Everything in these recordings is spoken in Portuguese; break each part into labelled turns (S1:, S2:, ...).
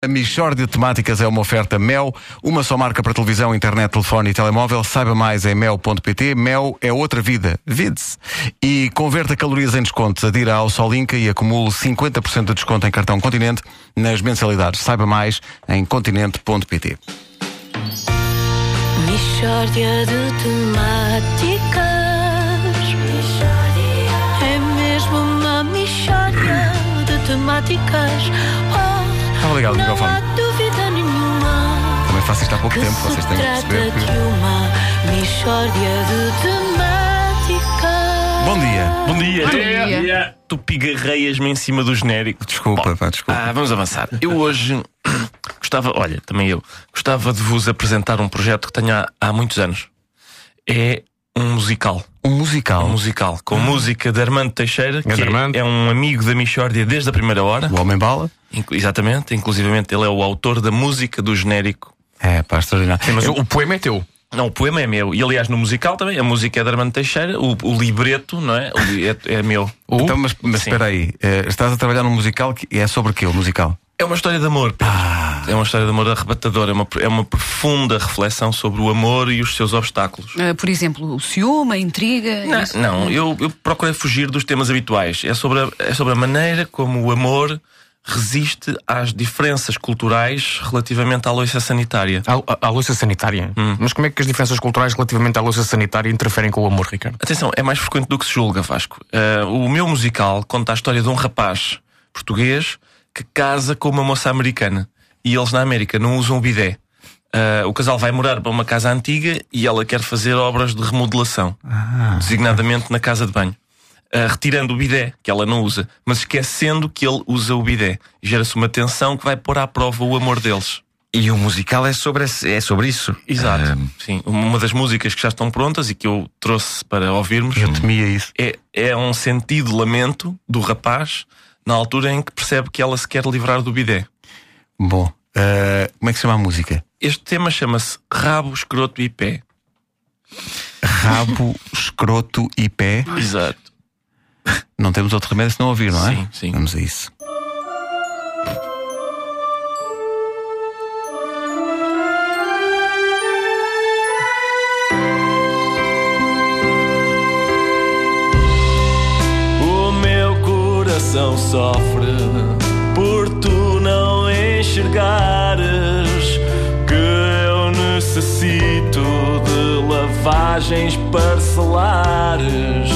S1: A Michórdia de Temáticas é uma oferta Mel, uma só marca para televisão, internet, telefone e telemóvel. Saiba mais em mel.pt. Mel é outra vida. Vide-se. E converta calorias em descontos. Adira ao Solinka e acumule 50% de desconto em cartão Continente nas mensalidades. Saiba mais em continente.pt.
S2: Mistória de temáticas. É mesmo uma mistória de temáticas. Oh,
S1: Estava ligado o
S2: não
S1: microfone.
S2: há dúvida nenhuma
S1: Também faço isto há pouco
S2: que
S1: tempo,
S2: se
S1: vocês têm que
S2: trata
S1: perceber. que-
S2: de uma mistória de temáticas.
S1: Bom dia.
S3: Bom dia.
S4: dia.
S3: Tu pigarreias-me em cima do genérico.
S1: Desculpa, pá, desculpa.
S3: Ah, vamos avançar. Eu hoje gostava, olha, também eu, gostava de vos apresentar um projeto que tenho há, há muitos anos. É um musical.
S4: Ah.
S1: Um
S3: Um
S1: musical.
S3: musical com música de Hum. Armando Teixeira, que
S4: Grande
S3: é,
S4: Armando.
S3: é um amigo da Michórdia desde a primeira hora.
S1: O Homem-Bala.
S3: Inclu- exatamente, inclusivamente ele é o autor da música do genérico.
S1: É, pá, extraordinário.
S4: Mas o, o poema é teu.
S3: Não, o poema é meu. E aliás, no musical também, a música é de Armando Teixeira, o, o libreto, não é? O li- é, é meu.
S1: Então, mas, mas
S3: Sim.
S1: espera aí. Eh, estás a trabalhar num musical que é sobre quê? O musical?
S3: É uma história de amor, Pedro. É uma história de amor arrebatadora. É uma, é uma profunda reflexão sobre o amor e os seus obstáculos.
S5: Ah, por exemplo, o ciúme, a intriga.
S3: Não,
S5: isso?
S3: não, eu, eu procurei fugir dos temas habituais. É sobre, a, é sobre a maneira como o amor resiste às diferenças culturais relativamente à louça sanitária.
S4: A, a, a louça sanitária.
S1: Hum.
S4: Mas como é que as diferenças culturais relativamente à louça sanitária interferem com o amor, Ricardo?
S3: Atenção, é mais frequente do que se julga, Vasco. Eh, o meu musical conta a história de um rapaz português que casa com uma moça americana. E eles na América não usam o bidé. Eh, o casal vai morar para uma casa antiga e ela quer fazer obras de remodelação, designadamente na casa de banho. Eh, retirando o bidé, que ela não usa, mas esquecendo que ele usa o bidé. Gera-se uma tensão que vai pôr à prova o amor deles.
S6: E o musical é sobre, esse- é sobre isso.
S3: Exato. Sim, uma das músicas que já estão prontas e que eu trouxe para ouvirmos
S1: Eu temia isso.
S3: é, é um sentido lamento do rapaz na altura em que percebe que ela se quer livrar do bidé.
S1: Bom, eh, como é que se chama a música?
S3: Este tema chama-se Rabo, Escroto e Pé.
S1: Rabo, escroto e pé.
S3: Exato.
S1: Não temos outro remédio se não ouvir, não é?
S3: Sim, sim.
S1: Vamos a isso.
S3: O meu coração sofre por tu não enxergares que eu necessito de lavagens parcelares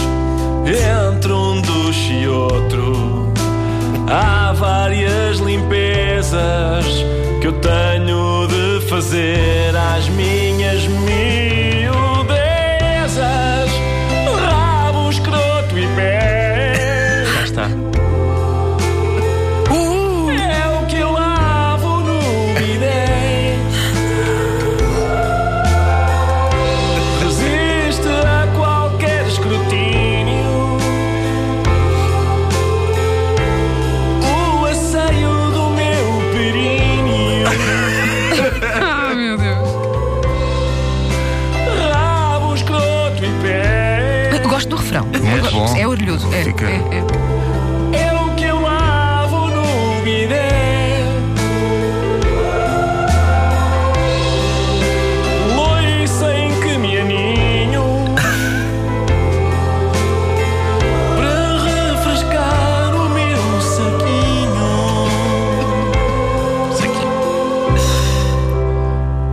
S3: entre um duche e outro. Há várias limpezas que eu tenho de fazer às minhas miudezas, rabo, escroto e pé. Já está. É o que eu lavo no bidé. Resiste a qualquer escrutínio. O asseio do meu períneo
S5: Ah, meu Deus.
S3: Rabo, escroto e pé
S5: Eu Gosto do refrão.
S1: Muito bom.
S5: É orgulhoso. É,
S1: Fica-
S5: é, é.
S3: É o que eu lavo no bidé Loiça em que me aninho Para refrescar o meu saquinho Saquinho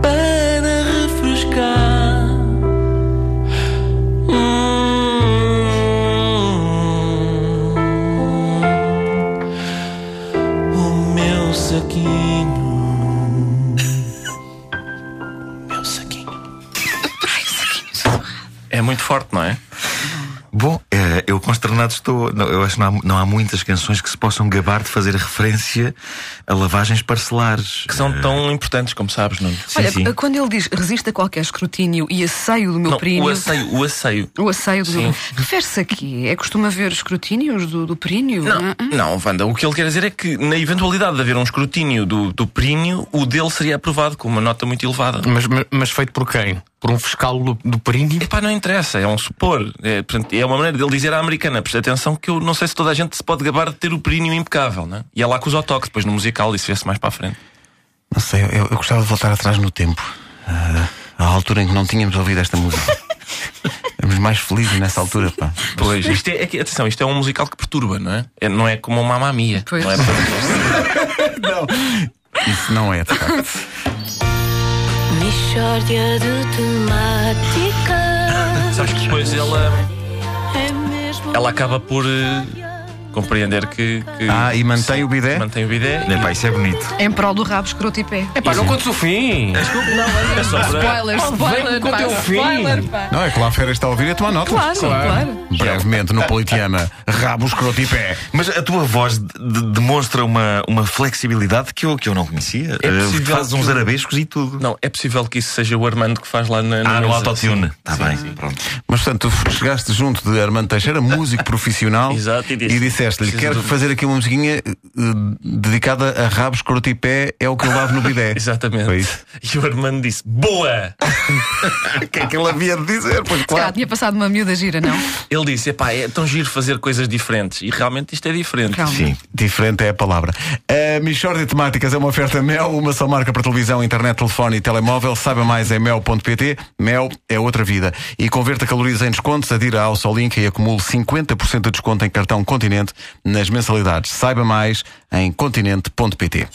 S3: Para refrescar Hum. o meu saquinho. Meu saquinho. É muito forte, não é?
S6: Bom, eh, eu consternado estou. Não, eu acho que não há, não há muitas canções que se possam gabar de fazer referência a lavagens parcelares. Eh,
S3: Que são tão importantes, como sabes, não
S6: Sim,
S5: Olha, eh,
S6: sim.
S5: quando ele diz resista a qualquer escrutínio e asseio do meu
S3: Não,
S5: períneo.
S3: o asseio, o asseio.
S5: O asseio do
S3: Sim.
S5: meu. Refere-se aqui. É costuma haver escrutínios do, do períneo?
S3: Não, não, Wanda, o que ele quer dizer é que, na eventualidade de haver um escrutínio do, do períneo, o dele seria aprovado com uma nota muito elevada.
S4: Mas, mas- mas feito por quem? Por um fiscal do, do períneo?
S3: Epá, não interessa, é um supor. É, portanto, é uma maneira dele dizer à americana: preste atenção, que eu não sei se toda a gente se pode gabar de ter o períneo impecável, né? E ela acusa o toque, depois no musical, isso vê-se mais para a frente.
S1: Não sei, eu, eu gostava de voltar atrás no tempo. Ah, à altura em que não tínhamos ouvido esta música. Éramos mais felizes nessa altura, pá.
S3: Pois, isto é, é que- atenção, isto é um musical que perturba, não é? É- Não é como uma mamia.
S5: Pois.
S3: Não é para-
S1: Isso não é, de facto.
S2: Mixórdia de temáticas.
S3: Sabes que depois ela,
S2: É mesmo
S3: ela acaba por eh,
S2: uma
S3: compreender que, que
S1: Ah, e mantém o bidé?
S3: mantém o bidé.
S6: É pá, isso é bonito.
S5: Em prol do rabo, escroto e pé.
S4: É pá, não contes o fim.
S3: É só para...
S5: Spoiler, spoiler,
S4: com o
S5: pá,
S4: teu fim.
S5: spoiler, pá.
S1: Não, é que lá a fera está a ouvir e a tomar nota.
S5: Claro, claro.
S1: Brevemente no Politeama, rabo, escroto e pé.
S6: Mas a tua voz de- de- demonstra uma, uma flexibilidade que eu, que eu não conhecia.
S3: É possível
S6: Eh, Fazes
S3: que
S6: uns
S3: eu-
S6: arabescos e tudo.
S3: Não, é possível que isso seja o Armando que faz lá na, na
S6: Ah, no
S3: mesa.
S6: autotune.
S3: Sim.
S6: Está bem, pronto.
S1: Mas portanto, tu chegaste junto de Armando Teixeira, músico profissional,
S3: Exato, e disse,
S1: disseste-lhe:
S3: preciso
S1: quero
S3: de-
S1: fazer aqui uma musiquinha eh, dedicada a rabo, escroto e pé, é o que eu lavo no bidé.
S3: Exatamente.
S1: Foi isso.
S3: E o Armando disse: Boa!
S1: O que é que ele havia de dizer? Pois
S5: Ah, tinha passado uma miúda gira, não?
S3: Ele disse: Epá, é tão giro fazer coisas diferentes. E realmente isto é diferente.
S5: Realmente.
S6: Sim.
S1: Diferente é a palavra. A Michórdia de Temáticas é uma oferta Mel, uma só marca para televisão, internet, telefone e telemóvel. Saiba mais em mel.pt. Mel é outra vida. E converta calorias em descontos, adira ao Solink e acumule 50% de desconto em cartão Continente nas mensalidades. Saiba mais em continente.pt.